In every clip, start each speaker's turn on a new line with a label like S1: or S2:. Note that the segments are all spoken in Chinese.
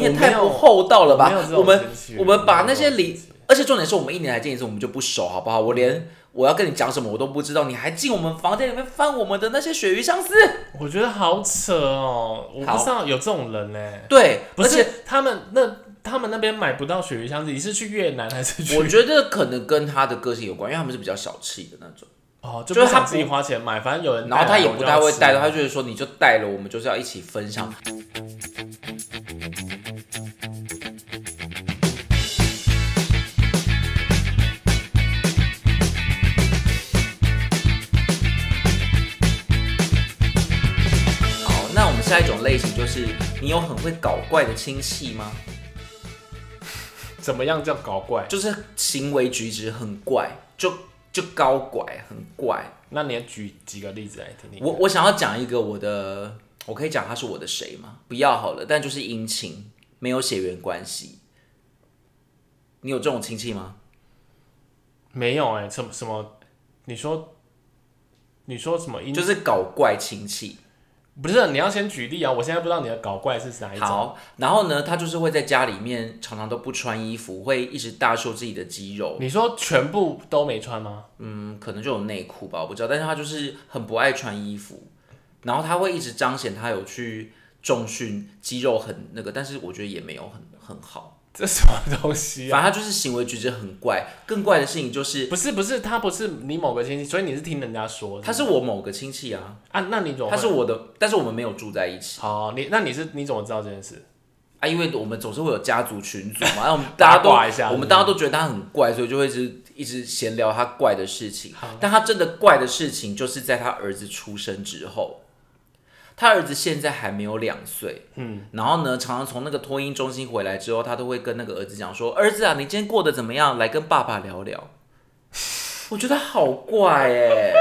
S1: 也
S2: 我
S1: 太
S2: 没
S1: 不
S2: 有
S1: 厚道了吧
S2: 没有这？种
S1: 我们
S2: 情绪
S1: 我们把
S2: 没有
S1: 那
S2: 这
S1: 些
S2: 种
S1: 礼
S2: 情绪，嗯
S1: 而且重点是我们一年来见一次，我们就不熟，好不好？我连我要跟你讲什么我都不知道，你还进我们房间里面翻我们的那些鳕鱼相思，
S2: 我觉得好扯哦，我
S1: 好
S2: 不知道有这种人呢、
S1: 对，
S2: 不
S1: 而且
S2: 是他们那他们那边买不到鳕鱼香子，你是去越南还是去？
S1: 我觉得可能跟他的个性有关，因为他们是比较小气的那种，
S2: 哦，就
S1: 就是
S2: 不
S1: 他
S2: 想自己花钱买，反正有人带
S1: 然
S2: 来，
S1: 后他也不太会带，
S2: 我就要吃啊
S1: 他就是说你就带了，我们就是要一起分享。好，那我们下一种类型就是，你有很会搞怪的亲戚吗？
S2: 怎么样叫搞怪？
S1: 就是行为举止很怪，就就高拐，很怪。
S2: 那你也举几个例子来听听看。
S1: 我我想要讲一个我的，我可以讲他是我的谁吗？不要好了，但就是姻亲，没有血缘关系。你有这种亲戚吗？
S2: 没有哎、什么什么？你说你说什么因？
S1: 就是搞怪亲戚。
S2: 不是你要先举例啊！我现在不知道你的搞怪是哪一种。
S1: 好，然后呢，他就是会在家里面常常都不穿衣服，会一直大秀自己的肌肉。
S2: 你说全部都没穿吗？
S1: 嗯，可能就有内裤吧，我不知道。但是他就是很不爱穿衣服，然后他会一直彰显他有去重训，肌肉很那个，但是我觉得也没有很很好。
S2: 这什么东西啊？
S1: 反正他就是行为举止很怪。更怪的事情就是
S2: 不是不是，他不是你某个亲戚，所以你是听人家说的。
S1: 他是我某个亲戚啊，
S2: 啊，那你怎么会？
S1: 他是我的，但是我们没有住在一起
S2: 好，你那你是你怎么知道这件事？
S1: 啊，因为我们总是会有家族群组嘛，然后我们大家都
S2: 八卦一下
S1: 我
S2: 是不
S1: 们
S2: 是
S1: 大家都觉得他很怪，所以就会一直一直闲聊他怪的事情。但他真的怪的事情，就是在他儿子出生之后，他儿子现在还没有两岁，嗯，然后呢，常常从那个托婴中心回来之后，他都会跟那个儿子讲说：“儿子啊，你今天过得怎么样？来跟爸爸聊聊。” 我觉得好怪哎、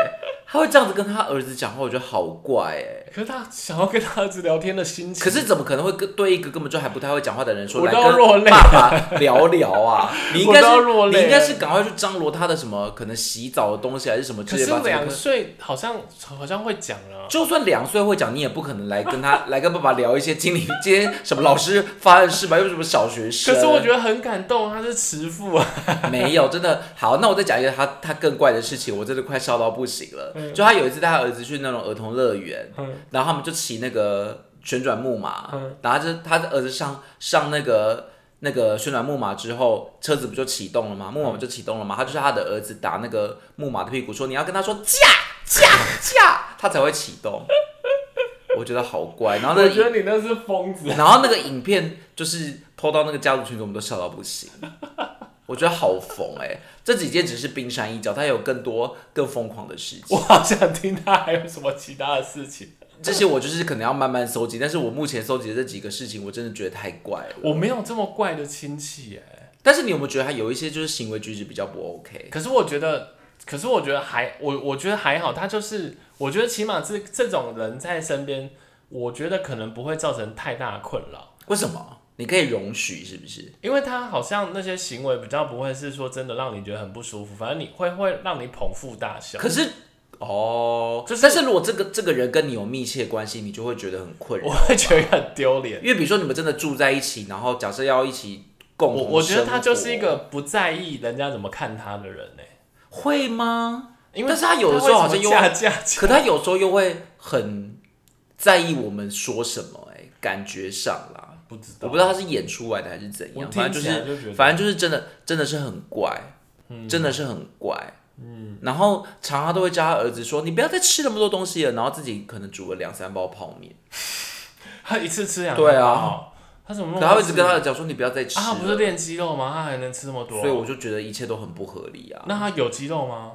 S1: 他会这样子跟他儿子讲话，我觉得好怪哎、
S2: 可是他想要跟他儿子聊天的心情，
S1: 可是怎么可能会跟对一个根本就还不太会讲话的人说
S2: 我
S1: 来
S2: 都要落
S1: 跟
S2: 泪
S1: 爸爸聊聊啊？ 你应该
S2: 我都要
S1: 是
S2: 落泪
S1: 你应该是赶快去张罗他的什么可能洗澡的东西还是什么之
S2: 可
S1: 类
S2: 是
S1: 吧？怎么
S2: 两
S1: 可能
S2: 岁好像好像会讲啊了，
S1: 就算两岁会讲，你也不可能来跟他来跟爸爸聊一些经理今天什么老师发案事吧，又什么小学生。
S2: 可是我觉得很感动，他是慈父啊，
S1: 没有，真的好。那我再讲一个他他更怪的事情，我真的快笑到不行了。就他有一次带他儿子去那种儿童乐园，然后他们就骑那个旋转木马，然后他就他的儿子上上那个那个旋转木马之后，车子不就启动了吗？木马不就启动了吗？他就是他的儿子打那个木马的屁股，说你要跟他说驾驾驾，他才会启动。我觉得好怪，然后那
S2: 我
S1: 个
S2: 觉得你那是疯子。
S1: 然后那个影片就是抛到那个家族群组，我们都笑到不行。我觉得好疯哎、这几件只是冰山一角，它有更多更疯狂的事
S2: 我
S1: 情。
S2: 好想听他还有什么其他的事情，
S1: 这些我就是可能要慢慢搜集，但是我目前搜集的这几个事情，我真的觉得太怪了。
S2: 我没有这么怪的亲戚耶、
S1: 但是你有没有觉得他有一些就是行为举止比较不 OK？
S2: 可是我觉得，可是我觉得还我我觉得还好，他就是我觉得起码这这种人在身边，我觉得可能不会造成太大的困扰。
S1: 为什么？你可以容许是不是？
S2: 因为他好像那些行为比较不会是说真的让你觉得很不舒服，反正你会会让你捧腹大笑。
S1: 可是哦，
S2: 就是
S1: 但是如果这个这个人跟你有密切关系，你就会觉得很困扰
S2: 我。会觉得很丢脸。
S1: 因为比如说你们真的住在一起，然后假设要一起
S2: 我
S1: 共同
S2: 我觉得他就是
S1: 生
S2: 一
S1: 活
S2: 个不在意人家怎么看他的人呢、欸
S1: 会吗？
S2: 因为
S1: 但是他有的时候好像
S2: 又
S1: 又，
S2: 架架起
S1: 可他有时候又会很在意我们说什么、哎，感觉上啦，
S2: 不知道
S1: 我不知道他是演出来的还是怎
S2: 我
S1: 样，
S2: 听
S1: 反正
S2: 起
S1: 就
S2: 来
S1: 是，
S2: 就觉得嗯
S1: 反正就是真的，真的是很怪，真的是很怪。嗯，然后常常都会叫他儿子说：“你不要再吃那么多东西了。”然后自己可能煮了两三包泡面，
S2: 他一次吃两
S1: 对啊
S2: 包，他怎么那
S1: 可
S2: 么
S1: 他会一直跟
S2: 啊？
S1: 他儿子讲说：“你不要再吃了。
S2: 他不是练肌肉吗？他还能吃那么多？
S1: 所以我就觉得一切都很不合理啊。
S2: 那他有肌肉吗？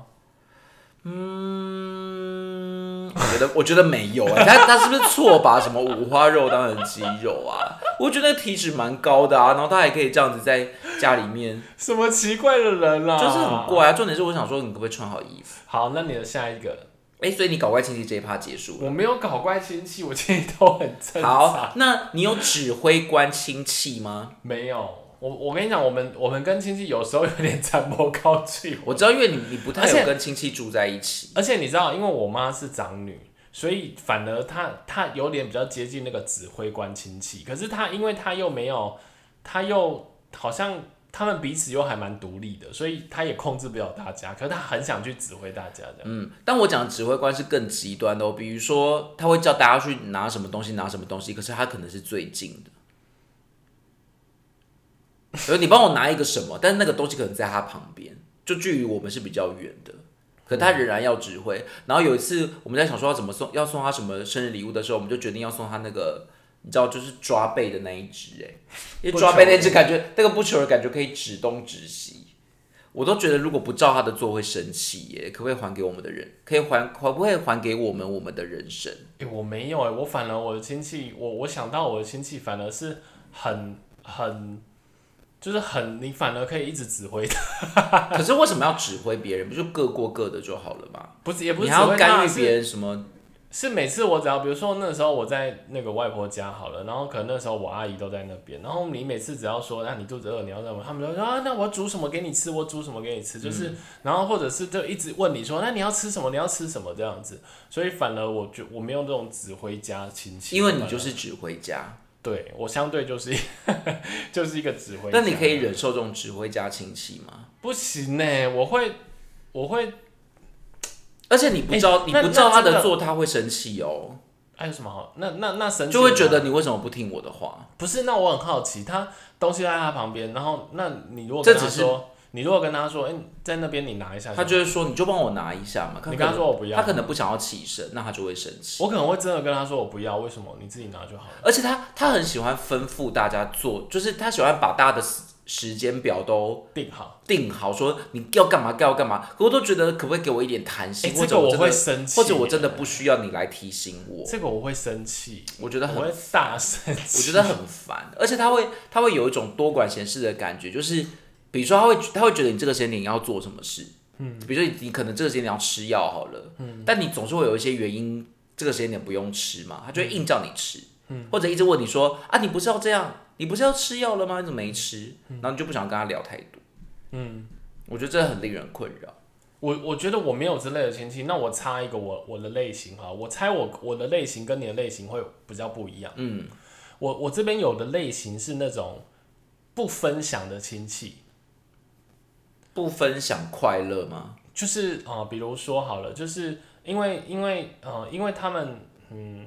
S1: 嗯，我觉得 我觉得没有 哎、他他是不是错把什么五花肉当成鸡肉啊？我觉得体脂蛮高的啊，然后他还可以这样子在家里面，
S2: 什么奇怪的人啦、
S1: 就是很。怪啊。重点是我想说，你可不可以穿好衣服？
S2: 好，那你的下一个，
S1: 哎、所以你搞怪亲戚这一趴结束
S2: 我没有搞怪亲戚，我亲戚都很正
S1: 了。
S2: 常。
S1: 好，那你有指挥官亲戚吗？
S2: 没有，我我跟你讲，我们我们跟亲戚有时候有点参谋高距，
S1: 我知道，因为你你不太
S2: 而且
S1: 有跟亲戚住在一起，
S2: 而且你知道，因为我妈是长女，所以反而他他有点比较接近那个指挥官亲戚，可是他因为他又没有，他又好像他们彼此又还蛮独立的，所以他也控制不了大家，可是他很想去指挥大家这样。
S1: 嗯，但我讲的指挥官是更极端的、哦，比如说他会叫大家去拿什么东西，拿什么东西，可是他可能是最近的。比如呃你帮我拿一个什么，但是那个东西可能在他旁边，就距离我们是比较远的，可他仍然要指挥。然后有一次我们在想说要怎么送，要送他什么生日礼物的时候，我们就决定要送他那个，你知道就是抓背的那一只，哎，因为抓背那只感觉那个不求的感觉可以指东指西，我都觉得如果不照他的做会生气耶，可不可以还给我们的人？可以还可不可以还给我们我们的人生？
S2: 诶、我没有诶、我反而我的亲戚，我我想到我的亲戚反而是很很。就是很，你反而可以一直指挥他，
S1: 可是为什么要指挥别人？不就各过各的就好了嘛？
S2: 不是也不
S1: 你
S2: 是指
S1: 还要
S2: 挥
S1: 干
S2: 他，
S1: 预
S2: 是
S1: 别人什么？
S2: 是每次我只要，比如说那时候我在那个外婆家好了，然后可能那时候我阿姨都在那边，然后你每次只要说，那、你肚子饿，你要干嘛？他们就说啊，那我要煮什么给你吃，我煮什么给你吃，就是，
S1: 嗯
S2: 然后或者是就一直问你说，那你要吃什么？你要吃什么这样子，所以反而我觉我没有这种指挥家亲戚，
S1: 因为你就是指挥家。
S2: 对我相对就是就是一个指挥家，
S1: 但你可以忍受这种指挥家亲戚吗？
S2: 不行呢、我会我会
S1: 而且你不知道，
S2: 哎
S1: 你
S2: 那
S1: 不知道
S2: 那
S1: 他
S2: 真的
S1: 的做，他会生气哦，
S2: 还哎有什么好？那那那神啊
S1: 就会
S2: 奇
S1: 觉
S2: 吗
S1: 得你为什么不听我的话？
S2: 不是，那我很好奇，他东西在他旁边，然后那你如果
S1: 这
S2: 跟他
S1: 只是
S2: 说，你如果跟他说，哎、你在那边你拿一下，
S1: 他就会说，你就帮我拿一下嘛。
S2: 你跟他说我不要
S1: 他可能不想要起身，那他就会生气。
S2: 我可能会真的跟他说我不要，为什么？你自己拿就好了。
S1: 而且他他很喜欢吩咐大家做，就是他喜欢把大家的时时间表都
S2: 定好，
S1: 定好，说你要干嘛要干嘛。可我都觉得可不可以给我一点弹
S2: 哎、
S1: 性，或
S2: 这
S1: 者
S2: 个我
S1: 真的
S2: 会生气，
S1: 或者我真的不，需要你来提醒我。
S2: 这个我会生气，
S1: 我觉得很
S2: 我会大生
S1: 我
S2: 气。
S1: 觉得很烦，而且他会他会有一种多管闲事的感觉，就是比如说他会他会觉得你这个时间点要做什么事，嗯，比如说你你可能这个时间点要吃药好了，嗯，但你总是会有一些原因，这个时间点不用吃嘛，他就会硬叫你吃，嗯，或者一直问你说啊，你不是要这样，你不是要吃药了吗？你怎么没吃？然后你就不想跟他聊太多，嗯，我觉得这很令人困扰。
S2: 我我觉得我没有这类的亲戚，那我插一个我我的类型哈，我猜我我的类型跟你的类型会比较不一样。嗯，我我这边有的类型是那种不分享的亲戚，
S1: 不分享快乐吗？
S2: 就是啊、呃比如说好了，就是因为因为呃，因为他们嗯，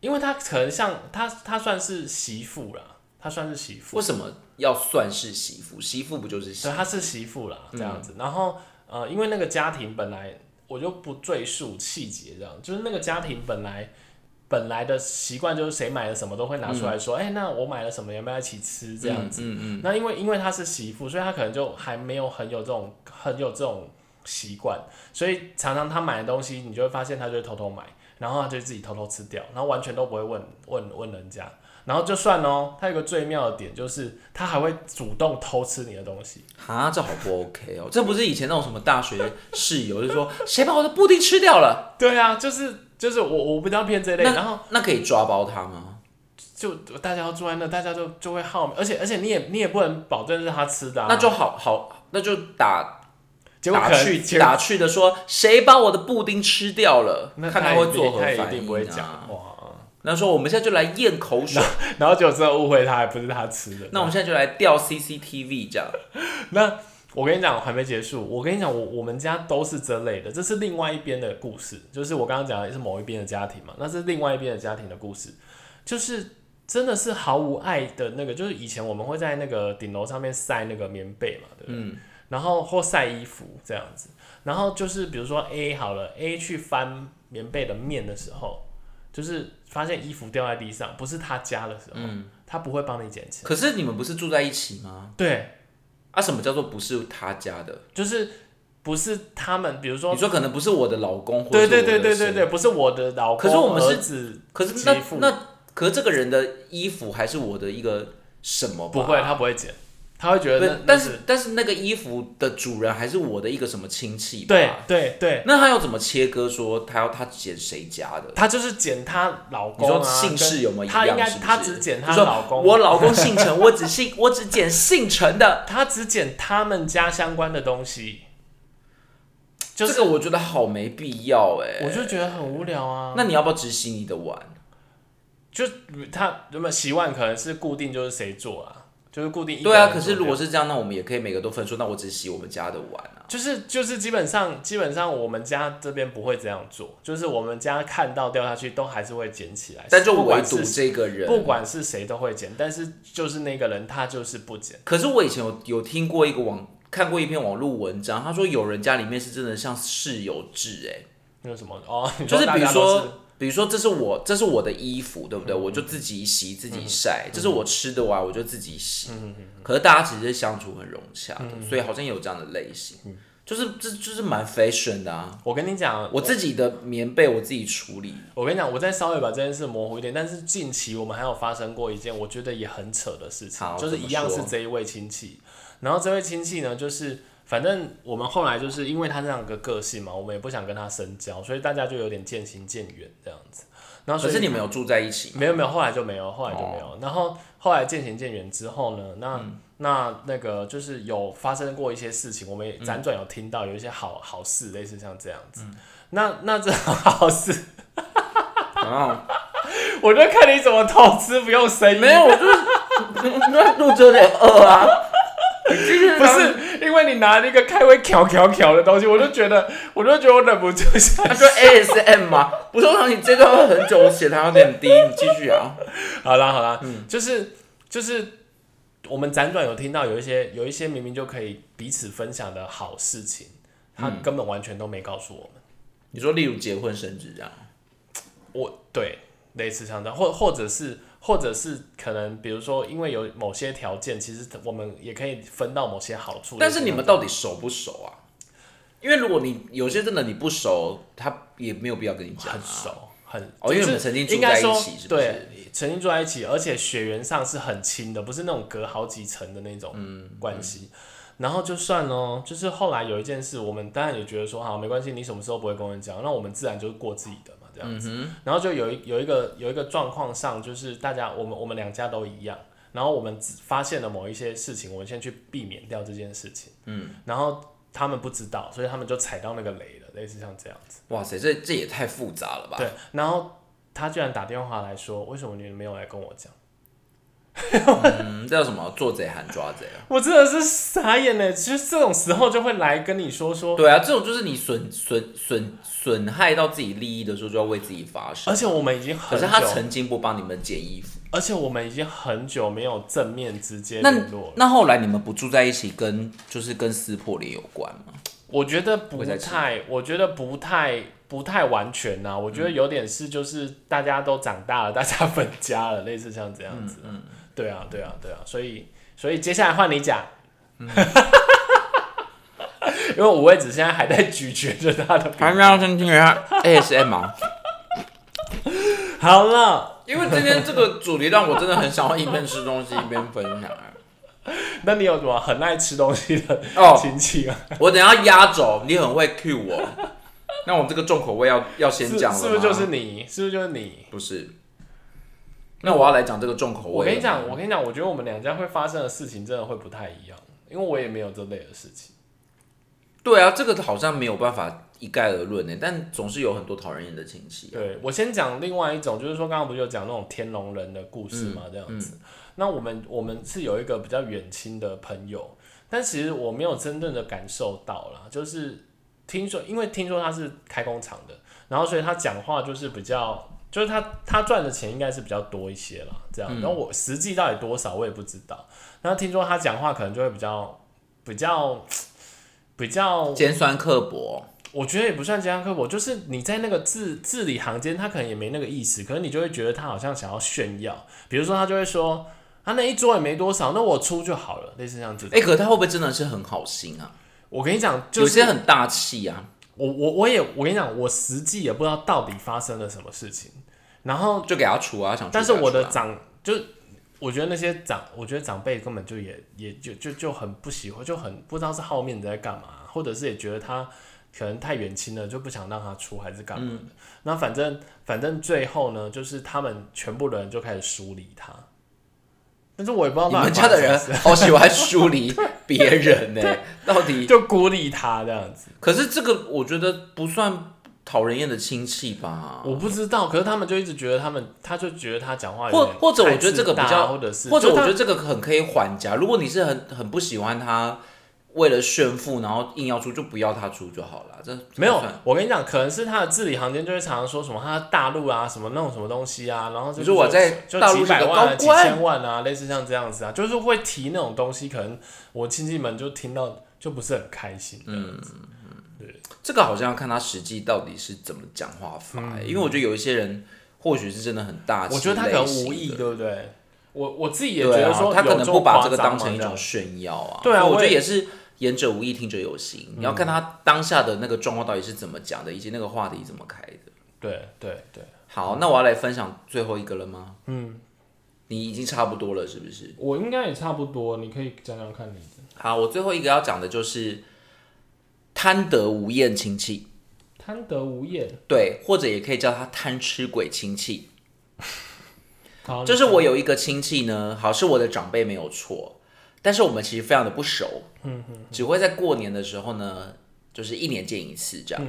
S2: 因为他可能像他他算是媳妇啦，他算是媳妇
S1: 为，什么要算是媳妇？媳妇不就是媳
S2: 对，他是媳妇啦，这样子。然后呃，因为那个家庭本来我就不赘述细节，这样就是那个家庭本来本来的习惯就是谁买了什么都会拿出来说，哎、那我买了什么，要不要一起吃这样子。嗯嗯那因为因为她是媳妇，所以她可能就还没有很有这种很有这种习惯，所以常常她买的东西，你就会发现她就会偷偷买。然后她就自己偷偷吃掉，然后完全都不会问问问人家，然后就算哦，她有个最妙的点就是她还会主动偷吃你的东西，
S1: 啊，这好不 OK 哦！这不是以前那种什么大学室友，就是说谁把我的布丁吃掉了，
S2: 对啊，就是就是我我不知道骗这类，然后
S1: 那可以抓包他吗？
S2: 就大家要住在那，大家就就会好，而且而且你也你也不能保证是他吃的、啊，
S1: 那就好好，那就打
S2: 结果
S1: 打
S2: 可能
S1: 趣
S2: 结果
S1: 打趣的说谁把我的布丁吃掉了，
S2: 那
S1: 看
S2: 他
S1: 会
S2: 一定
S1: 作何
S2: 他一
S1: 反
S2: 定不会
S1: 应
S2: 讲
S1: 啊。
S2: 哇，
S1: 那说我们现在就来咽口水，
S2: 然后就真的误会他还不是他吃的，
S1: 那我们现在就来调 CCTV 这样。
S2: 那我跟你讲，我还没结束。我跟你讲，我我们家都是这类的，这是另外一边的故事，就是我刚刚讲的是某一边的家庭嘛，那是另外一边的家庭的故事，就是真的是毫无爱的那个，就是以前我们会在那个顶楼上面晒那个棉被嘛，对不对？然后或晒衣服这样子，然后就是比如说 A 好了，A 去翻棉被的面的时候，就是发现衣服掉在地上，不是他家的时候，他不会帮你捡起来，
S1: 可是你们不是住在一起吗？
S2: 对。
S1: 啊，什么叫做不是他家的？
S2: 就是不是他们，比如说
S1: 你，说可能不是我的老公，或者
S2: 对
S1: 是
S2: 对
S1: 我的
S2: 对对对
S1: 谁
S2: 对，不是我的老公，
S1: 可是我们是
S2: 儿子，
S1: 可是
S2: 媳
S1: 那
S2: 妇
S1: 那可是这个人的衣服还是我的一个什么吧？
S2: 不会，他不会剪，他会觉得
S1: 对
S2: 那，
S1: 但
S2: 那
S1: 是但是那个衣服的主人还是我的一个什么亲戚吧？
S2: 对对对，
S1: 那他要怎么切割说他要他捡谁家的？
S2: 他就是剪她老
S1: 你
S2: 公
S1: 说
S2: 啊，
S1: 姓氏有没有一样？
S2: 跟他应该
S1: 是不是
S2: 他只剪她
S1: 就说
S2: 老公
S1: 我老公姓陈，我只姓 我只捡姓陈的。
S2: 他只剪他们家相关的东西，就是
S1: 这个我觉得好没必要哎、
S2: 我就觉得很无聊啊。
S1: 那你要不要只洗你的碗？
S2: 就他原本洗碗可能是固定就是谁做啊，就是固定一个
S1: 对啊，
S2: 人
S1: 可
S2: 做
S1: 是如
S2: 这样
S1: 果是这样，那我们也可以每个都分数。那我只洗我们家的碗啊。
S2: 就是就是基本上基本上我们家这边不会这样做，就是我们家看到掉下去都还是会捡起来，
S1: 但就
S2: 哎不
S1: 唯
S2: 管
S1: 独
S2: 是
S1: 这个人，
S2: 不管是谁都会捡，但是就是那个人他就是不捡，
S1: 可是我以前有有听过一个网，看过一篇网络文章，他说有人家里面是真的像室友制、欸，
S2: 那个什么哦，你
S1: 就是
S2: 大
S1: 比如
S2: 家都是
S1: 说，比如说这是我这是我的衣服，对不对？我就自己洗自己晒，这是我吃的完我就自己洗。可是大家其实相处很融洽的，所以好像有这样的类型，就是这就是蛮 fashion 的啊。
S2: 我跟你讲，
S1: 我自己的棉被我自己处理，
S2: 我跟你讲，我再稍微把这件事模糊一点，但是近期我们还有发生过一件我觉得也很扯的事情
S1: 好，
S2: 就是一样
S1: 怎
S2: 是
S1: 么说
S2: 这一位亲戚，然后这位亲戚呢，就是反正我们后来就是因为他这样一个个性嘛，我们也不想跟他深交，所以大家就有点渐行渐远这样子。然后所
S1: 可
S2: 以
S1: 是哦你们有住在一起吗，
S2: 没有没有，后来就没有，后来就没有。然后后来渐行渐远之后呢，那、
S1: 嗯
S2: 那那个就是有发生过一些事情，我们也辗
S1: 嗯
S2: 转有听到有一些好好事，类似像这样子。那 那这好事，
S1: 啊，
S2: 我就看你怎么投资不用声音，
S1: 没有，我就是 那肚子有点饿啊。你继续
S2: 不是因为你拿了一个开胃条条条的东西，我就觉得 我就觉得我忍不住想
S1: 他说 ASM 嘛，不是我让你这段会很久，我血糖有点低，你继续啊。
S2: 好啦好啦，
S1: 嗯
S2: 就是就是我们辗转有听到有一些有一些明明就可以彼此分享的好事情，
S1: 嗯
S2: 他根本完全都没告诉我们。
S1: 你说例如结婚生子这样，
S2: 我对类似像这样，或或者是或者是可能比如说因为有某些条件，其实我们也可以分到某些好处。
S1: 但是你们到底熟不熟啊？因为如果你有些真的你不熟，他也没有必要跟你讲、啊。
S2: 很熟，很
S1: 哦因为
S2: 就是
S1: 你们曾经住
S2: 应该
S1: 在一
S2: 说
S1: 起是不是
S2: 对，曾经住在一起，而且血缘上是很亲的，不是那种隔好几层的那种
S1: 嗯
S2: 关系。然后就算咯，就是后来有一件事，我们当然也觉得说，好，没关系，你什么时候不会跟我讲，那我们自然就是过自己的嘛，这样子。
S1: 嗯
S2: 然后就有一有一个有一个状况上，就是大家我们我们两家都一样，然后我们只发现了某一些事情，我们先去避免掉这件事情。嗯，然后他们不知道，所以他们就踩到那个雷了，类似像这样子。
S1: 哇塞，这这也太复杂了吧？
S2: 对，然后他居然打电话来说，为什么你没有来跟我讲？
S1: 嗯，这叫什么？做贼喊抓贼啊！
S2: 我真的是傻眼呢，其实这种时候就会来跟你说说，
S1: 对啊，这种就是你损损损损害到自己利益的时候，就要为自己发声
S2: 而。且我们已经
S1: 可
S2: 很
S1: 是他
S2: 久，
S1: 曾经不帮你们捡衣服，
S2: 而且我们已经很久没有正面直接
S1: 那
S2: 联络了。
S1: 那后来你们不住在一起跟，就是跟撕破脸有关吗？
S2: 我觉得不
S1: 会再
S2: 太，我觉得不太不太完全呐、我觉
S1: 嗯
S2: 得有点是就是大家都长大了，大家分家了，类似像这样子。嗯，对啊，对啊，对啊，所以所以接下来换 你讲。因为五味子现在还在咀嚼着他的
S1: 还没有先听一 下 ASM 啊。
S2: 好了，
S1: 因为今天这个主题让我真的很想要一边吃东西一边分享、哎
S2: 那你有什么很爱吃东西的
S1: 哦
S2: 亲戚吗？
S1: 我等一下压轴，你很会 cue 我，那我这个重口味要要先
S2: 是
S1: 讲了
S2: 是不是就是
S1: 吗
S2: 你？是不是就是你？
S1: 不是？那我要来讲这个重口味。
S2: 我跟你讲，，我跟你讲，我觉得我们两家会发生的事情真的会不太一样，因为我也没有这类的事情。
S1: 对啊，这个好像没有办法一概而论呢，但总是有很多讨人厌的亲戚。啊
S2: 对我先讲另外一种，就是说刚刚不是有讲那种天龙人的故事嘛，这样子。那我们我们是有一个比较远亲的朋友，但其实我没有真正的感受到啦，就是听说，因为听说他是开工厂的，然后所以他讲话就是比较，就是他他赚的钱应该是比较多一些啦，这样。然后我实际到底多少我也不知道，然后听说他讲话可能就会比较比较比较
S1: 尖酸刻薄，
S2: 我觉得也不算尖酸刻薄，就是你在那个字字里行间，他可能也没那个意思，可是你就会觉得他好像想要炫耀。比如说，他就会说：“啊，那一桌也没多少，那我出就好了。”类似像这种。
S1: 哎、可是他会不会真的是很好心啊？
S2: 我跟你讲，就
S1: 有些
S2: 是
S1: 很大气啊，
S2: 我我我也我跟你讲，我实际也不知道到底发生了什么事情。然后，
S1: 就给他出啊，想出
S2: 但是
S1: 给他
S2: 我
S1: 出啊
S2: 的长就是，我觉得那些长，我觉得长辈根本就也也就就就很不喜欢，就很不知道是好面子在干嘛，或者是也觉得他可能太远亲了，就不想让他出还是干嘛
S1: 嗯
S2: 的。那反正反正最后呢，就是他们全部的人就开始疏离他，但是我也不知道
S1: 你
S2: 到底
S1: 们
S2: 发
S1: 家的
S2: 生
S1: 人
S2: 什么事
S1: 好喜欢疏离别人呢、 到底？
S2: 就孤立他这样子。
S1: 可是这个我觉得不算讨人厌的亲戚吧。
S2: 我不知道，可是他们就一直觉得他们，他就觉得他讲话有
S1: 或
S2: 点
S1: 或者我
S2: 太
S1: 觉得这个
S2: 自大
S1: 比较
S2: 或者是
S1: 或者我
S2: 就他
S1: 觉得这个很可以缓夹。如果你是很很不喜欢他，为了炫富然后硬要出，就不要他出就好了。这
S2: 没有
S1: 这算，
S2: 我跟你讲，可能是他的字里行间就会常常说什么他大陆啊，什么那种什么东西啊，然后就
S1: 你
S2: 是
S1: 说我在
S2: 就
S1: 大陆
S2: 几
S1: 是
S2: 百
S1: 个
S2: 万、
S1: 高
S2: 啊、几
S1: 官，
S2: 千万啊，类似像这样子啊，就是会提那种东西，可能我亲戚们就听到就不是很开心
S1: 嗯
S2: 这样子。
S1: 这个好像要看他实际到底是怎么讲话法、因为我觉得有一些人或许是真的很大气
S2: 嗯我
S1: 啊类型
S2: 觉
S1: 的，
S2: 得他可能无意，对不对？我我自己也觉
S1: 对啊
S2: 得说、，
S1: 他可能不把这个当成一
S2: 一
S1: 种炫耀啊。
S2: 对啊
S1: 所以我
S2: 我
S1: 觉得
S2: 也嗯
S1: 也是言者无意，听者有心。你要看他当下的那个状况到底是怎么讲的，以及那个话题怎么开的。
S2: 对对对，
S1: 好，那我要来分享最后一个了吗？
S2: 嗯，
S1: 你已经差不多了，是不是？
S2: 我应该也差不多，你可以讲讲看你的
S1: 好，我最后一个要讲的就是贪得无厌亲戚，
S2: 贪得无厌。
S1: 对，或者也可以叫他贪吃鬼亲戚。
S2: 好，
S1: 就是
S2: 哦你
S1: 我啊有一个亲戚呢，好是我的长辈没有错，但是我们其实非常的不熟，
S2: 嗯
S1: 只会在过年的时候呢，就是一年见一次这样。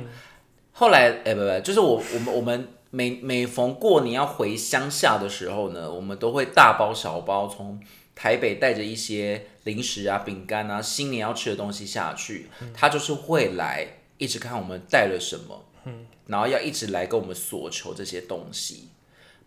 S1: 后来，哎、不不，就是我我们我们每每逢过年要回乡下的时候呢，我们都会大包小包从台北带着一些零食啊、饼干啊、新年要吃的东西下去，
S2: 嗯
S1: 他就是会来一直看我们带了什么，
S2: 嗯
S1: 然后要一直来跟我们索求这些东西。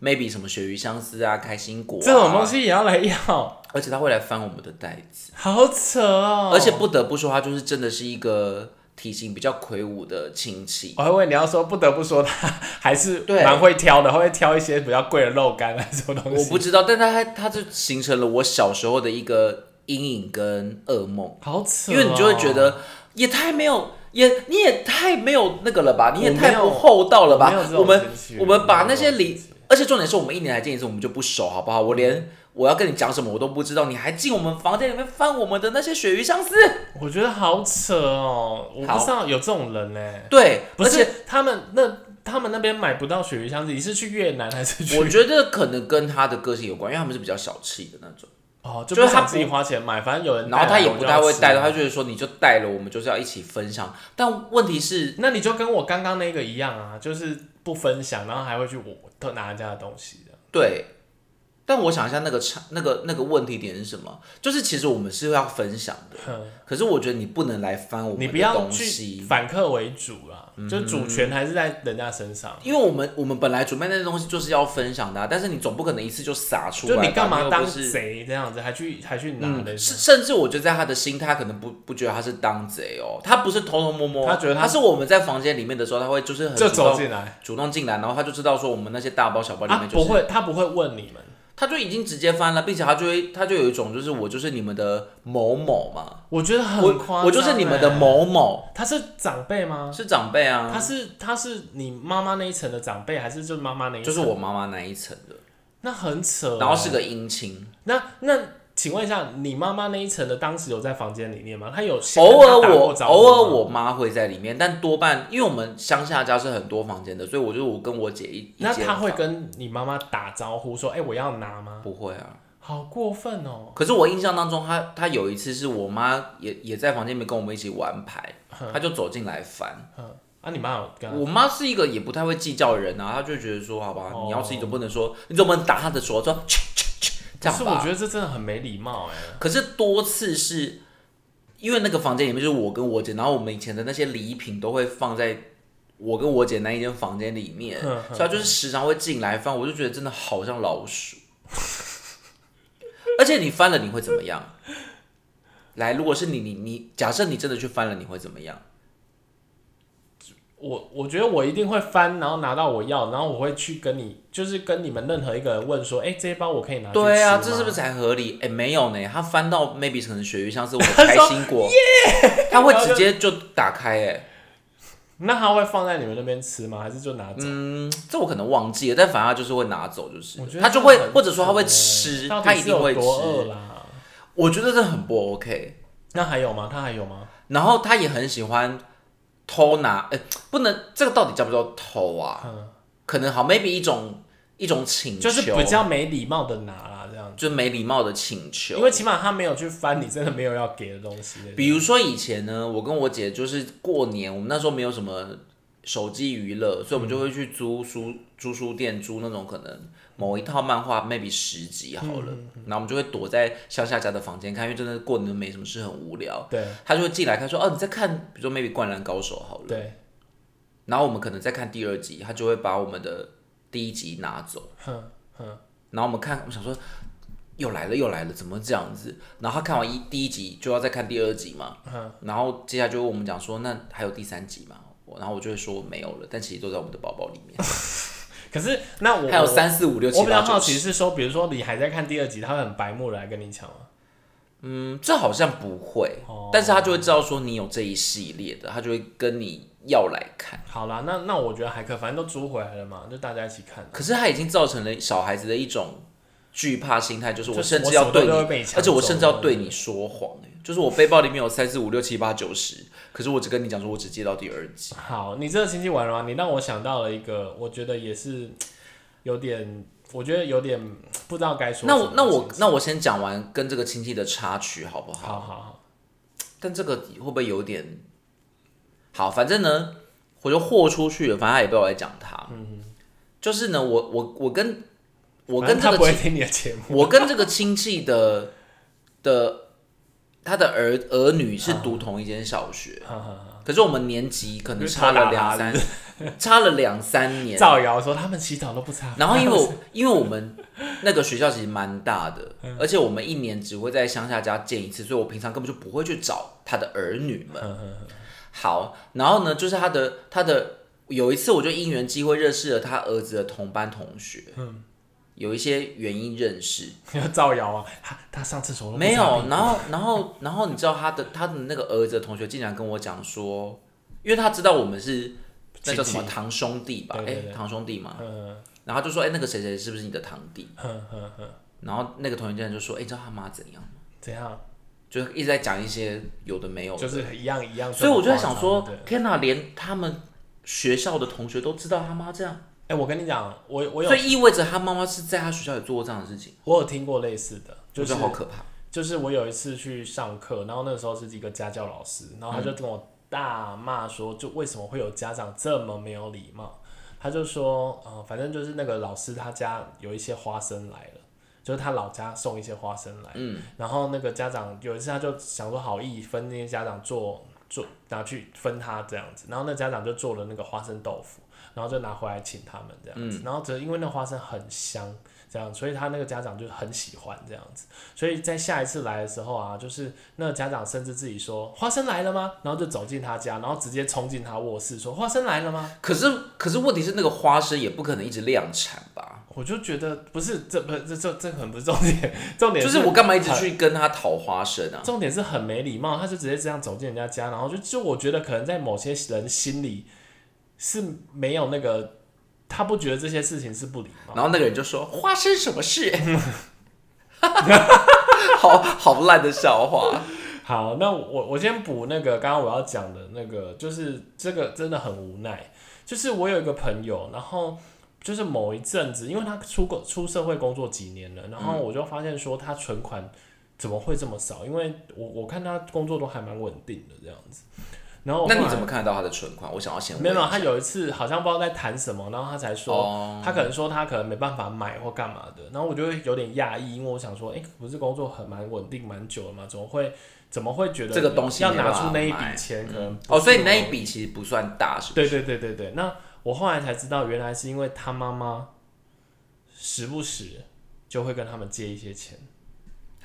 S1: maybe 什么鳕鱼香丝啊、开心果、啊、
S2: 这种东，西也要来要，
S1: 而且他会来翻我们的袋子。
S2: 好扯哦。
S1: 而且不得不说，他就是真的是一个体型比较魁梧的亲戚。
S2: 我还以为你要说，不得不说他 还是
S1: 对
S2: 蛮会挑的，会挑一些比较贵的肉干啊，什么东
S1: 我
S2: 西。
S1: 不知道，但他还他就形成了我小时候的一个阴影跟噩梦，
S2: 好扯、哦
S1: 因为你就会觉，得也太没有。也你也太没有那个了吧，你也
S2: 我没
S1: 太
S2: 有
S1: 不厚道了吧
S2: 我没有这！种
S1: 我们
S2: 亲戚
S1: 我们把那些
S2: 我没有这种
S1: 礼
S2: 亲戚，
S1: 而且重点是我们一年才见一次，我们就不熟，好不好？我连我要跟你讲什么我都不知道，你还进我们房间里面翻我们的那些鳕鱼相思，
S2: 我觉得好扯哦，我
S1: 好
S2: 不知道有这种人呢、
S1: 对，
S2: 不
S1: 而且
S2: 是他们那他们那边买不到鳕鱼香子，你是去越南还是去？
S1: 我觉得可能跟他的个性有关，因为他们是比较小气的那种。
S2: 哦，就
S1: 就是
S2: 不
S1: 他
S2: 想自己花钱买，反正有人带
S1: 然后他
S2: 来
S1: 也
S2: 我
S1: 不
S2: 就
S1: 太
S2: 要
S1: 会
S2: 吃啊
S1: 带，他就是说你就带了，我们就是要一起分享。但问题是，
S2: 那你就跟我刚刚那个一样啊，就是不分享，然后还会去我偷拿人家的东西的。
S1: 对，但我想一下那个差那个那个问题点是什么？就是其实我们是要分享的，
S2: 哼
S1: 可是我觉得你不能来翻我
S2: 你
S1: 们
S2: 不
S1: 的
S2: 要
S1: 东
S2: 去
S1: 西，嗯
S2: 反客为主啊，就是主权还是在人家身上。
S1: 因为我们我们本来准备那些东西就是要分享的啊、但是你总不可能一次就撒出来
S2: 就
S1: 吧，
S2: 你干嘛
S1: 又不
S2: 当
S1: 是
S2: 贼这样子，还去还去拿
S1: 嗯，
S2: 的、
S1: 甚甚至我觉得在他的心，他可能不不觉得他是当贼哦，他不是偷偷摸摸，
S2: 他觉得他
S1: 他是我们在房间里面的时候，他会就是很
S2: 就
S1: 主
S2: 走
S1: 动
S2: 进来，
S1: 主动进来，然后他就知道说我们那些大包小包里
S2: 啊
S1: 面，就
S2: 不
S1: 是，
S2: 会，他不会问你们。
S1: 他就已经直接翻了，并且他就会他就有一种就是我就是你们的某某嘛，
S2: 我觉得很夸张
S1: 我
S2: 欸、
S1: 我就是你们的某某，
S2: 他 是长辈吗？
S1: 是长辈
S2: 他
S1: 啊，
S2: 是他是你妈妈那一层的长辈，还是就妈妈那一层？
S1: 就是我妈妈那一层的，
S2: 那很扯欸、
S1: 然后是个姻亲，
S2: 那那，请问一下，你妈妈那一层的当时有在房间里面吗？他有先跟
S1: 偶
S2: 她
S1: 尔
S2: 打
S1: 我
S2: 过招呼
S1: 偶尔
S2: 吗
S1: 我妈会在里面，但多半因为我们乡下家是很多房间的，所以我就我跟我姐一一
S2: 那
S1: 间
S2: 他会
S1: 房
S2: 跟你妈妈打招呼说：“哎、我要拿吗
S1: 不会啊。？”
S2: 好过分哦、
S1: 可是我印象当中，他他有一次是我妈也也在房间里面跟我们一起玩牌，
S2: 嗯
S1: 他就走进来翻。
S2: 啊，你妈有跟她
S1: 我妈是一个也不太会计较的人啊，她就觉得说，好吧，
S2: 哦
S1: 你要吃，你总不能说，你总不能打她的手，说去去去这
S2: 可
S1: 样
S2: 是
S1: 吧。
S2: 我觉得这真的很没礼貌哎、
S1: 可是多次是因为那个房间里面就是我跟我姐，然后我们以前的那些礼品都会放在我跟我姐那一间房间里面，
S2: 哼
S1: 所以她就是时常会进来翻，我就觉得真的好像老鼠。而且你翻了你会怎么样？来，如果是你，你你假设你真的去翻了，你会怎么样？
S2: 我我觉得我一定会翻，然后拿到我要，然后我会去跟你，就是跟你们任何一个人问说，哎、这一包我可以拿去吃吗
S1: 对啊，这是不是？才合理？哎、没有呢，他翻到 maybe 可能鳕鱼像是我的
S2: 他
S1: 开
S2: 说
S1: 心果， 他会直接就打开哎、
S2: 那他会放在你们那边吃吗？还是就拿走？
S1: 嗯这我可能忘记了，但反正他就是会拿走，就是
S2: 我觉得
S1: 他就会
S2: 这很
S1: 或者说他会
S2: 扯欸
S1: 吃，
S2: 到底
S1: 他一
S2: 是
S1: 定
S2: 有
S1: 会吃。
S2: 多饿啦。
S1: 我觉得这很不 OK。
S2: 那还有吗？他还有吗？
S1: 然后他也很喜欢偷拿，哎、不能这个到底叫不叫偷啊？
S2: 嗯
S1: 可能好，maybe 一种一种请求，
S2: 就是比较没礼貌的拿啦，这样子。
S1: 就没礼貌的请求。
S2: 因为起码他没有去翻你真的没有要给的东西。
S1: 比如说以前呢，我跟我姐就是过年，我们那时候没有什么手机娱乐，所以我们就会去租书、租书店租那种可能某一套漫画 maybe 十集好了，然后我们就会躲在乡下家的房间看，因为真的过年没什么事，很无聊。
S2: 对
S1: 他就会进来，他说：“哦，你在看，比如说 maybe 灌篮高手好了。”
S2: 对，
S1: 然后我们可能再看第二集，他就会把我们的第一集拿走。
S2: 哼哼，
S1: 然后我们看，我们想说又来了又来了，怎么这样子？然后他看完一第一集就要再看第二集嘛。然后接下来就问我们讲说，那还有第三集吗？我然后我就会说没有了，但其实都在我们的包包里面，
S2: 可是那 我
S1: 还有三四五六
S2: 我
S1: 七
S2: 比较
S1: 八
S2: 好
S1: 九
S2: 奇
S1: 十。
S2: 是说，比如说你还在看第二集，他会很白目的来跟你抢吗？
S1: 嗯，这好像不会，
S2: 哦
S1: 但是他就会知道说你有这一系列的，他就会跟你要来看。
S2: 好啦，那那我觉得还可以，反正都租回来了嘛，就大家一起看。
S1: 可是他已经造成了小孩子的一种惧怕心态，就是
S2: 就
S1: 我
S2: 是
S1: 甚至
S2: 我
S1: 要
S2: 什么
S1: 对
S2: 都
S1: 你
S2: 会被你，抢
S1: 而且我
S2: 走
S1: 甚至要
S2: 了
S1: 对你说谎、欸，就是我背包里面有三四五六七八九十，可是我只跟你讲说，我只接到第二集。
S2: 好，你这个星期玩了吗？你让我想到了一个，我觉得也是有点，我觉得有点不知道该说什
S1: 那
S2: 么
S1: 我那我
S2: 其实
S1: 那我先讲完跟这个亲戚的插曲好不好？
S2: 好好好，
S1: 但这个会不会有点好？反正呢，我就豁出去了，反正他也不要来讲他。就是呢，我我我跟我跟
S2: 嗯反正他
S1: 这
S2: 不
S1: 个
S2: 会
S1: 亲，
S2: 听你的节 目，
S1: 我跟这个亲戚的的他的儿儿女是读同一间小学。
S2: 哈哈哈
S1: 可是我们年级可能差了两三， 差了两三年。
S2: 造谣说他们洗澡都不擦，
S1: 然后因为我因为我们那个学校其实蛮大的，而且我们一年只会在乡下家见一次，所以我平常根本就不会去找他的儿女们。好，然后呢，就是他的他的有一次我就因缘机会认识了他儿子的同班同学，有一些原因认识，
S2: 要造谣啊，他 他上厕所都不擦
S1: 没有
S2: 屁，股
S1: 然后然后然后你知道他的他的那个儿子的同学竟然跟我讲说，因为他知道我们是那叫什么
S2: 亲戚
S1: 堂兄弟吧？
S2: 对
S1: 哎
S2: 对对，
S1: 堂兄弟嘛，
S2: 嗯
S1: 然后他就说哎那个谁谁是不是你的堂弟？
S2: 哼哼哼，
S1: 然后那个同学竟然就说哎你知道他妈怎样吗？
S2: 怎样？
S1: 就一直在讲一些有的没有的，
S2: 就是一样一样，
S1: 所以我就在想
S2: 这么夸
S1: 说
S2: 张对
S1: 天哪，连他们学校的同学都知道他妈这样，
S2: 哎、我跟你讲，我我有
S1: 所以意味着他妈妈是在他学校也做过这样的事情，
S2: 我有听过类似的，
S1: 我
S2: 就
S1: 觉
S2: 是
S1: 得好可怕。
S2: 就是我有一次去上课，然后那时候是一个家教老师，然后他就跟我大骂说，就为什么会有家长这么没有礼貌？他就说，呃，反正就是那个老师他家有一些花生来了，就是他老家送一些花生来，嗯，然后那个家长有一次他就想说好意分那些家长做做拿去分他这样子，然后那家长就做了那个花生豆腐，然后就拿回来请他们这样子，然后只因为那花生很香。这样，所以他那个家长就很喜欢这样子，所以在下一次来的时候啊，就是那个家长甚至自己说花生来了吗？然后就走进他家，然后直接冲进他卧室说花生来了吗？
S1: 可是可是问题是那个花生也不可能一直量产吧？
S2: 我就觉得不是，这不这这这很不是重点，重点
S1: 就是我干嘛一直去跟他讨花生啊？
S2: 重点是很没礼貌，他就直接这样走进人家家，然后就就我觉得可能在某些人心里是没有那个，他不觉得这些事情是不礼貌。
S1: 然后那个人就说：“花生什么 事？”好好烂的笑话。
S2: 好，那我我先补那个刚刚我要讲的那个，就是这个真的很无奈。就是我有一个朋友，然后就是某一阵子，因为他出过出社会工作几年了，然后
S1: 嗯
S2: 我就发现说他存款怎么会这么少？因为我我看他工作都还蛮稳定的这样子。然后
S1: 那
S2: 后
S1: 你
S2: 来
S1: 怎么看得到他的存款？我想要先问
S2: 没有？没有他有一次好像不知道在谈什么，然后他才说，
S1: 哦，
S2: 他可能说他可能没办法买或干嘛的，然后我就会有点讶异，因为我想说，哎、不是工作很蛮稳定蛮久了嘛，怎么会怎么会觉得
S1: 这个东西
S2: 要
S1: 没
S2: 拿
S1: 办法
S2: 出那一
S1: 买
S2: 笔钱，可能不
S1: 哦，所以
S2: 是
S1: 你那
S2: 我
S1: 一笔其实不算大，是吧？
S2: 对对对对对，那我后来才知道，原来是因为他妈妈时不时就会跟他们借一些钱，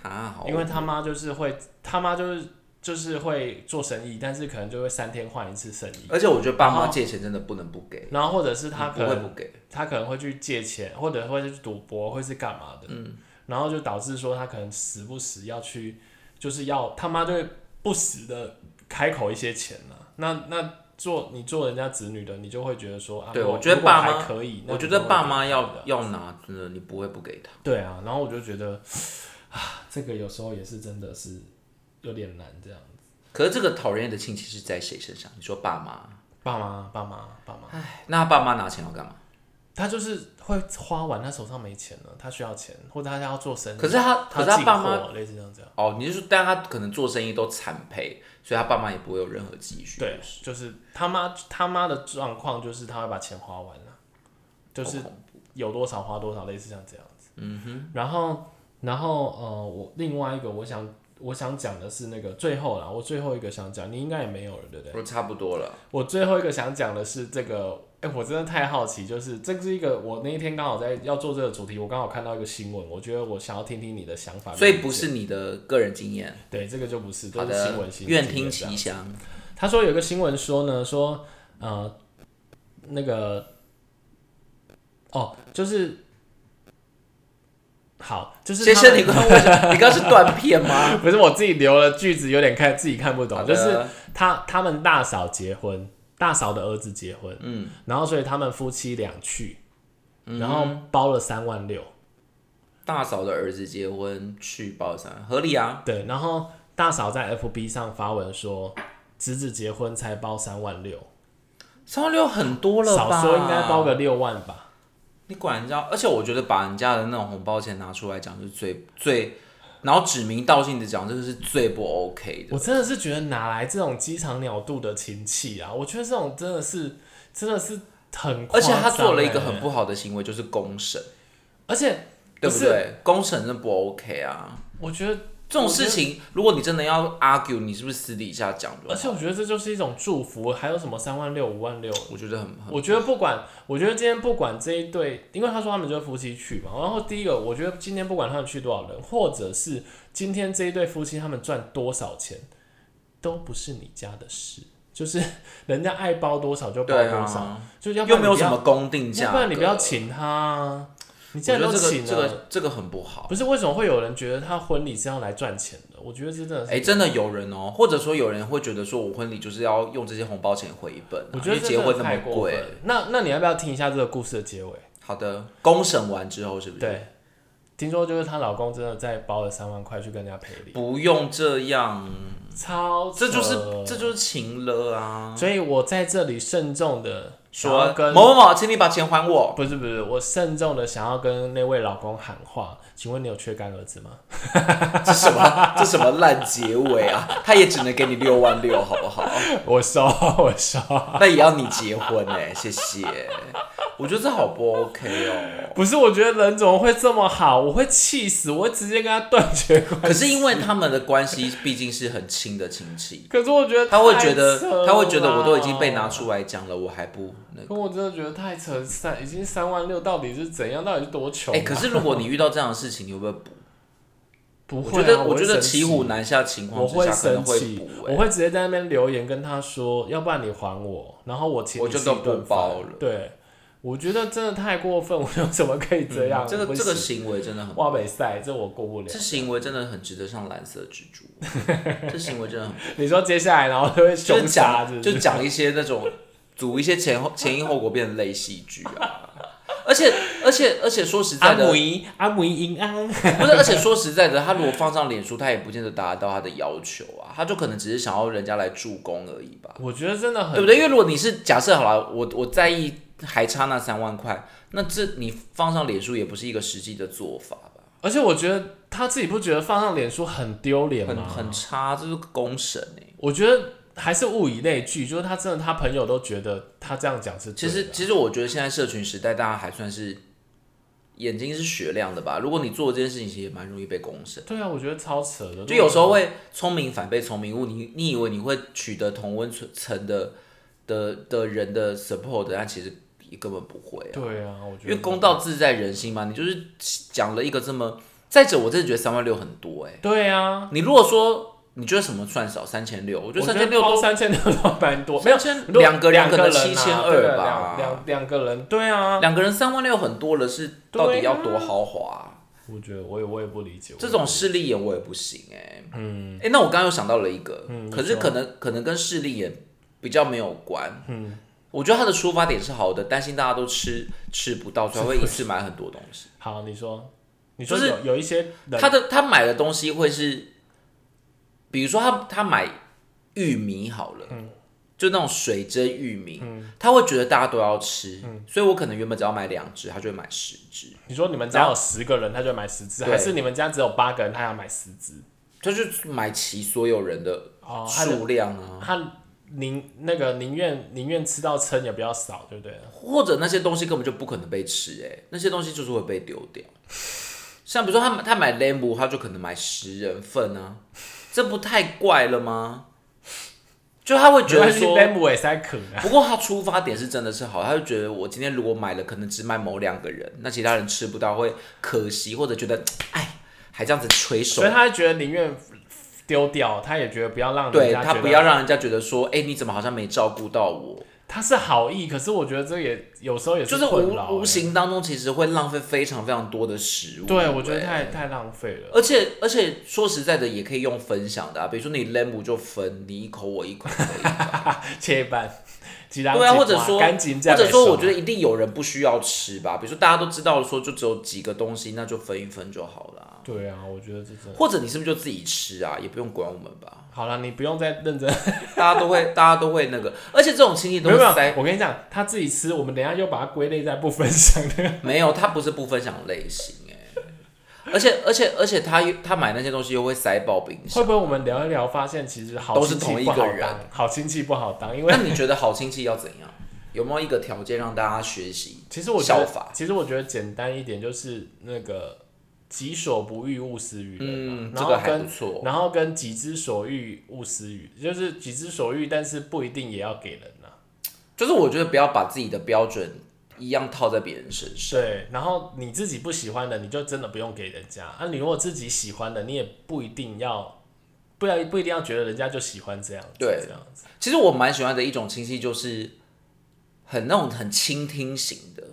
S1: 啊，好，
S2: 因为他妈就是会他妈就是就是会做生意，但是可能就会三天换一次生意，
S1: 而且我觉得爸妈
S2: 然后
S1: 借钱真的不能不给，
S2: 然后或者是啊他可
S1: 不会
S2: 能
S1: 不给。
S2: 他可能会去借钱，或者会去赌博，会是干嘛的，
S1: 嗯
S2: 然后就导致说他可能时不时要去，就是要他妈就会不时的开口一些钱呢、那那做你做人家子女的，你就会觉得说啊，
S1: 对
S2: 我
S1: 我觉得
S2: 如果
S1: 爸妈
S2: 还可以，那
S1: 我
S2: 你
S1: 觉
S2: 就
S1: 得
S2: 会
S1: 爸
S2: 给
S1: 妈
S2: 他
S1: 要
S2: 的
S1: 要拿，真的你不会不给他。
S2: 对啊，然后我就觉得 啊，这个有时候也是真的是有点难这样，
S1: 可是这个讨人厌的亲戚是在谁身上？你说爸妈？
S2: 爸妈爸妈爸妈，
S1: 哎，那他爸妈拿钱要干嘛？
S2: 他就是会花完，他手上没钱了，他需要钱，或者他要做生意。
S1: 可是他可
S2: 嗯他
S1: 是他
S2: 进
S1: 爸妈
S2: 货类似这样啊这样，
S1: 哦，你是说，但他可能做生意都惨赔，所以他爸妈也不会有任何积蓄。
S2: 对，就是他妈他妈的状况就是他会把钱花完了，就
S1: 好
S2: 是
S1: 恐怖
S2: 有多少花多少，类似像这样子。嗯哼。然后，然后呃，我另外一个我想我想讲的是那个最后啦，我最后一个想讲，你应该也没有了，对不对？
S1: 我差不多了。
S2: 我最后一个想讲的是这个，哎、我真的太好奇，就是这是一个我那一天刚好在要做这个主题，我刚好看到一个新闻，我觉得我想要听听你的想法。
S1: 所以不是你的个人经验。
S2: 对这个就不是，
S1: 好
S2: 都是新
S1: 的
S2: 闻，新闻。
S1: 愿听
S2: 新闻
S1: 其详。
S2: 他说有个新闻说呢，说呃那个哦，就是好，就 是
S1: 先
S2: 他
S1: 生，
S2: 们
S1: 你刚刚为什么？你刚刚是断片吗？
S2: 不是我自己留了句子，有点看自己看不
S1: 好
S2: 懂，
S1: 的
S2: 就是他他们大嫂结婚，大嫂的儿子结婚，嗯，然后所以他们夫妻俩去，
S1: 嗯
S2: 然后包了三万六，
S1: 大嫂的儿子结婚去报山，合理啊。
S2: 对，然后大嫂在 FB 上发文说，侄子结婚才包三万六，
S1: 三万六很多了吧？
S2: 少说应该包个六万吧，
S1: 你管人家，而且我觉得把人家的那种红包钱拿出来讲是最最，然后指名道姓的讲，这个是最不 OK 的
S2: 我。真的是觉得哪来这种鸡肠鸟肚的亲戚啊？我觉得这种真的是真的是很夸
S1: 而
S2: 张
S1: 且
S2: 欸、
S1: 他做了一个很不好的行为，就是公审，
S2: 而且
S1: 对
S2: 不
S1: 不
S2: 是
S1: 对？公审真的不 OK 啊！
S2: 我觉得
S1: 这种事情，如果你真的要 argue，你是不是私底下讲就好？
S2: 而且我觉得这就是一种祝福，还有什么三万六、五万六，
S1: 我觉得很很
S2: 我觉得不管，我觉得今天不管这一对，因为他说他们就是夫妻去嘛。然后第一个，我觉得今天不管他们去多少人，或者是今天这一对夫妻他们赚多少钱，都不是你家的事。就是 人家爱包多少就包
S1: 对
S2: 多少，
S1: 啊，
S2: 就要不
S1: 又
S2: 然
S1: 没有
S2: 你不
S1: 什
S2: 要
S1: 么公定价
S2: 要
S1: 格，
S2: 不然你不要请他、啊，
S1: 啊
S2: 你
S1: 我
S2: 既
S1: 觉
S2: 然
S1: 得
S2: 都
S1: 这
S2: 请
S1: 个
S2: 了，
S1: 这个这个很不好。
S2: 不是为什么会有人觉得他婚礼是要来赚钱的？我觉得这真的是，
S1: 哎、真的有人哦，或者说有人会觉得说，我婚礼就是要用这些红包钱回本啊、
S2: 我觉得
S1: 因为
S2: 这
S1: 结
S2: 真的
S1: 婚那么
S2: 太过分
S1: 贵。
S2: 了。那那你要不要听一下这个故事的结尾？
S1: 好的，公审完之后是不是？，
S2: 对，听说就是她老公真的在包了三万块去跟人家赔礼，
S1: 不用这样，
S2: 超扯
S1: 这就是
S2: 呃
S1: 这就是情了啊！
S2: 所以我在这里慎重的
S1: 说啊
S2: 跟
S1: 某某某，请你把钱还我。
S2: 不是不是，我慎重的想要跟那位老公喊话，请问你有缺干儿子吗？
S1: 这什么？这什么烂结尾啊？他也只能给你六万六，好不好？
S2: 我收我收，
S1: 那也要你结婚哎、谢谢。我觉得这好不 OK 哦。
S2: 不是，我觉得人怎么会这么好？我会气死，我会直接跟他断绝关 系。
S1: 可是因为他们的关系毕竟是很亲的亲戚，
S2: 可是我觉得
S1: 他会觉
S2: 太扯
S1: 得
S2: 了
S1: 他会觉得我都已经被拿出来讲了，我还不那个。
S2: 可我真的觉得太扯，三已经三万六，到底是怎样？到底是多穷、啊？
S1: 哎、可是如果你遇到这样的事情，你会不会补？
S2: 不
S1: 我
S2: 会、啊，
S1: 觉得我
S2: 会
S1: 觉得
S2: 生
S1: 骑
S2: 气
S1: 虎难下情况
S2: 我
S1: 之
S2: 会
S1: 下，可能
S2: 生
S1: 会
S2: 气，
S1: 补、
S2: 我
S1: 哎，
S2: 会直接在那边留言跟他说，要不然你还我，然后我请
S1: 我
S2: 你
S1: 就
S2: 吃
S1: 都
S2: 一顿
S1: 不包
S2: 饭
S1: 了
S2: 对，我觉得真的太过分，我有什么可以这样？
S1: 嗯这
S2: 不
S1: 个这个
S2: 行
S1: 行为真的很，
S2: 哇北赛，这我过不了
S1: 这。行为真的很值得上蓝色蜘 蛛。这行为真的很，
S2: 你说接下来然后就会
S1: 就是
S2: 凶杀，
S1: 讲
S2: 是
S1: 就
S2: 不是
S1: 讲一些那种组一些前后前因后果变成类戏剧啊。 而且而且而且说实在
S2: 阿
S1: 的，
S2: 姆伊阿姆伊银安，
S1: 不是，而且说实在的，他如果放上脸书，他也不见得达得到他的要求啊，他就可能只是想要人家来助攻而已吧，
S2: 我觉得真的
S1: 对
S2: 很
S1: 不对？因为如果你是假设好了，我我在意还差那三万块，那这你放上脸书也不是一个实际的做法吧？
S2: 而且我觉得他自己不觉得放上脸书很丢脸
S1: 很
S2: 吗？
S1: 很差，这是公审哎、
S2: 我觉得还是物以类聚，就是他真的他朋友都觉得他这样讲是
S1: 其
S2: 对
S1: 实
S2: 的
S1: 其实我觉得现在社群时代，大家还算是眼睛是雪亮的吧。如果你做这件事情，其实也蛮容易被公审。
S2: 对啊，我觉得超扯的，
S1: 就有时候会聪明反被聪明误，你你以为你会取得同温层的的的人的 support，但其实你根本不会啊、
S2: 对啊，我觉
S1: 因为
S2: 得
S1: 公道自在人心嘛。你就是讲了一个这么，再者我真的觉得三万六很多哎、
S2: 对啊，
S1: 你如果说你觉得什么算少，三千六，我
S2: 我
S1: 觉得三千六
S2: 包
S1: 多，
S2: 三千六都蛮多，没有
S1: 三千
S2: 如果
S1: 两个人
S2: 两
S1: 可
S2: 个
S1: 能
S2: 人
S1: 7200吧
S2: 啊对两两两个人，对啊，
S1: 两个人三万六很多了，是到底要多豪华啊、
S2: 我觉得我也我也不理解
S1: 这种势利眼我也不行哎、嗯，哎、那我刚刚又想到了一个，
S2: 嗯
S1: 可是可能可能跟势利眼比较没有关。嗯，我觉得他的出发点是好的，担心大家都吃吃不到，所以会一次买很多东西。
S2: 好，你说你说
S1: 就是
S2: 有有一些人
S1: 他的他买的东西会是，比如说他他买玉米好了，就那种水蒸玉米，他会觉得大家都要吃，所以我可能原本只要买两只，他就会买十只，
S2: 你说你们家有十个人，他就买十只，
S1: 对
S2: 还是你们家只有八个人，他要买十只？
S1: 他就买齐所有人的
S2: 哦，他
S1: 数量啊，
S2: 他宁那个宁愿宁愿吃到撑也不要少，对不对？
S1: 或者那些东西根本就不可能被吃、欸，哎，那些东西就是会被丢掉。像比如说他买他买 lamb，他就可能买十人份啊，这不太怪了吗？就他会觉得说，
S2: m 姆也塞可啊，
S1: 不过他出发点是真的是好，他就觉得我今天如果买了，可能只买某两个人，那其他人吃不到会可惜，或者觉得哎，还这样子垂手
S2: 所以，他觉得宁愿丢掉，他也觉得不要让人
S1: 对
S2: 家
S1: 他
S2: 觉
S1: 不
S2: 得
S1: 要让人家觉得说，哎、你怎么好像没照顾到我？
S2: 他是好意，可是我觉得这也有时候也
S1: 就是是
S2: 困扰欸
S1: 无无。形当中其实会浪费非常非常多的食物。
S2: 欸对，我觉得
S1: 欸
S2: 太太浪费了。
S1: 而且而且说实在的，也可以用分享的啊，比如说你 lamb 就分，你一口我一口可以。
S2: 切一半，几张
S1: 对啊，或者说
S2: 干净这
S1: 或
S2: 样，
S1: 者
S2: 啊
S1: 说我觉得一定有人不需要吃吧，比如说大家都知道说就只有几个东西，那就分一分就好了。
S2: 对啊，我觉得这真的
S1: 或者你是不是就自己吃啊，也不用管我们吧？
S2: 好了，你不用再认真。
S1: 大家都会， 大家都会那个，而且这种亲戚都
S2: 没
S1: 会
S2: 有没有
S1: 塞，，
S2: 我跟你讲，他自己吃，我们等一下又把它归类在不分享的。
S1: 没有，他不是不分享类型哎、而且而且而且他又他买那些东西又会塞爆冰箱。
S2: 会不会我们聊一聊，发现其实好
S1: 都是
S2: 亲戚
S1: 同一
S2: 不
S1: 个
S2: 好
S1: 人
S2: 当，好亲戚不好当，因为
S1: 那你觉得好亲戚要怎样？有没有一个条件让大家学习？
S2: 其实我觉
S1: 效
S2: 得
S1: 法，
S2: 其实我觉得简单一点就是那个己所不欲，勿施于人嘛、
S1: 嗯，
S2: 然
S1: 这
S2: 后
S1: 个还
S2: 跟
S1: 不错。
S2: 然后跟己之所欲，勿施于，就是己之所欲，但是不一定也要给人啊呐、
S1: 就是我觉得不要把自己的标准一样套在别人身上。
S2: 对，然后你自己不喜欢的，你就真的不用给人家。啊，你如果自己喜欢的，你也不一定要，不要不一定要觉得人家就喜欢这样子，
S1: 对
S2: 这样子。
S1: 其实我蛮喜欢的一种亲戚，就是很那种很倾听型的，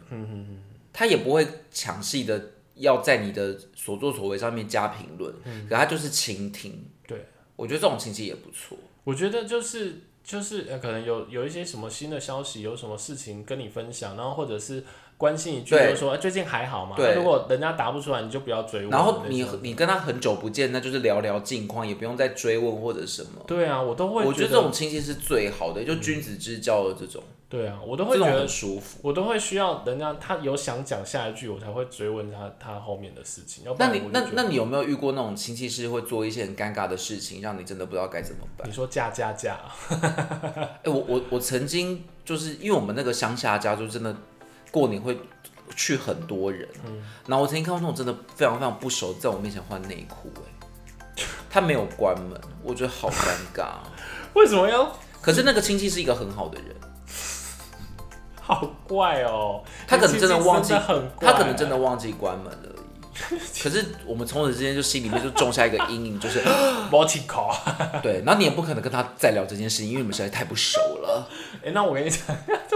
S1: 他也不会强势的要在你的所作所为上面加评论，可他就是倾听。
S2: 对，
S1: 我觉得这种亲戚也不错。
S2: 我觉得就是就是、呃、可能有有一些什么新的消息，有什么事情跟你分享，然后或者是关心一句，就
S1: 对
S2: 是说、哎最近还好吗？
S1: 对
S2: 那如果人家答不出来，你就不要追问。
S1: 然后你
S2: 那种
S1: 你跟他很久不见，那就是聊聊近况，也不用再追问或者什么。
S2: 对啊，我都会
S1: 我觉
S2: 觉
S1: 得这种亲戚是最好的，就君子之交的这种，
S2: 对啊，我都会
S1: 这
S2: 觉
S1: 种
S2: 得
S1: 很舒服。
S2: 我都会需要人家他有想讲下一句，我才会追问他他后面的事情。要不
S1: 那
S2: 然
S1: 你
S2: 我就
S1: 那
S2: 觉
S1: 那
S2: 得
S1: 你有没有遇过那种亲戚是会做一些很尴尬的事情，让你真的不知道该怎么办？
S2: 你说嫁嫁嫁，
S1: 哎、我我我曾经就是因为我们那个乡下家就真的过年会去很多人，
S2: 嗯
S1: 然后我曾经看到那种真的非常非常不熟，在我面前换内裤，哎，他没有关门，我觉得好尴尬。哦
S2: 为什么要
S1: 可是那个亲戚是一个很好的人，
S2: 好怪哦？
S1: 他可能真的忘记
S2: 你其实真的很怪
S1: 他可能真的忘记关门了而已。可是我们从此之间就心里面就种下一个阴影，就是
S2: 摸起口。
S1: 对，然后你也不可能跟他再聊这件事情，因为你们实在太不熟了。
S2: 哎、那我跟你讲，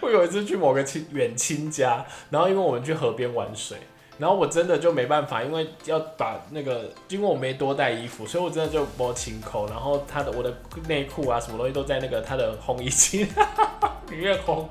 S2: 我有一次去某个亲远亲家，然后因为我们去河边玩水，然后我真的就没办法，因为要把那个，因为我没多带衣服，所以我真的就摸清口，然后他的我的内裤啊，什么东西都在那个他的烘衣机里面烘，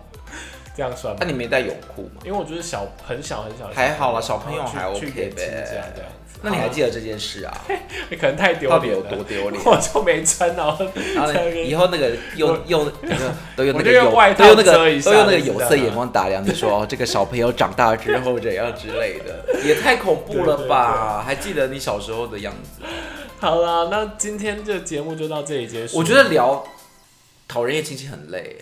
S2: 这样算吗
S1: 那？你没带泳裤吗？
S2: 因为我就是小很小很小的小朋友，
S1: 还好啦小朋友
S2: 然后去
S1: 还 OK
S2: 去远亲
S1: 呗
S2: 家这样子。
S1: 那你还记得这件事啊？
S2: 你可能太丢
S1: 到底
S2: 脸
S1: 有
S2: 了，
S1: 多丢脸？
S2: 我就没穿，然后
S1: 然后
S2: 在那
S1: 呢，
S2: 边
S1: 以后那个用用那 个都用那
S2: 我就
S1: 个
S2: 用
S1: 有
S2: 外套
S1: 都用那个
S2: 遮一下
S1: 都用那个
S2: 你知道
S1: 有
S2: 吗
S1: 色眼光打量你说哦，这个小朋友长大之后怎样之类的，也太恐怖了吧？还记得你小时候的样子？
S2: 好啦，那今天这个节目就到这里结束。
S1: 我觉得聊讨人厌亲戚很累，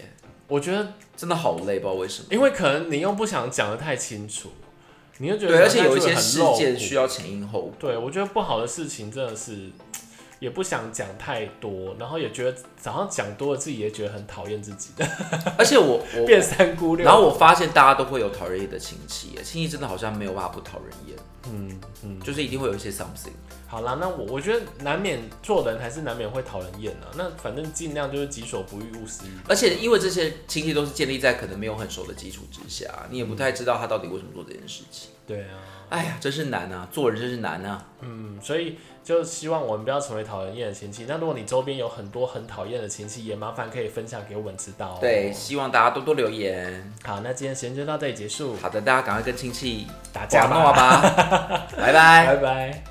S2: 我觉得，
S1: 真的好累，不知道为什么。
S2: 因为可能你又不想讲的太清楚，你又觉得
S1: 对，而且有一些
S2: 讲太
S1: 事
S2: 清楚很露
S1: 件
S2: 骨
S1: 需要前因后果。
S2: 对，我觉得不好的事情真的是也不想讲太多，然后也觉得早上讲多了自己也觉得很讨厌 自己，
S1: 而且我 我
S2: 变三姑六。
S1: 然后我发现大家都会有讨人厌的亲戚耶，亲戚真的好像没有办法不讨人厌，
S2: 嗯嗯，
S1: 就是一定会有一些 something。
S2: 好啦，那我我觉得难免做人还是难免会讨人厌啊。那反正尽量就是己所不欲，勿施于人。
S1: 而且因为这些亲戚都是建立在可能没有很熟的基础之下，你也不太知道他到底为什么做这件事情。
S2: 对啊，
S1: 哎呀，真是难啊，做人真是难啊。
S2: 嗯，所以就希望我们不要成为讨人厌的亲戚。那如果你周边有很多很讨厌的亲戚，也麻烦可以分享给我们知道、哦。
S1: 对，希望大家多多留言。
S2: 好，那今天时间就到这里结束，
S1: 好的，大家赶快跟亲戚
S2: 打架
S1: 打
S2: 吧，
S1: 闹吧，拜拜。
S2: 拜拜。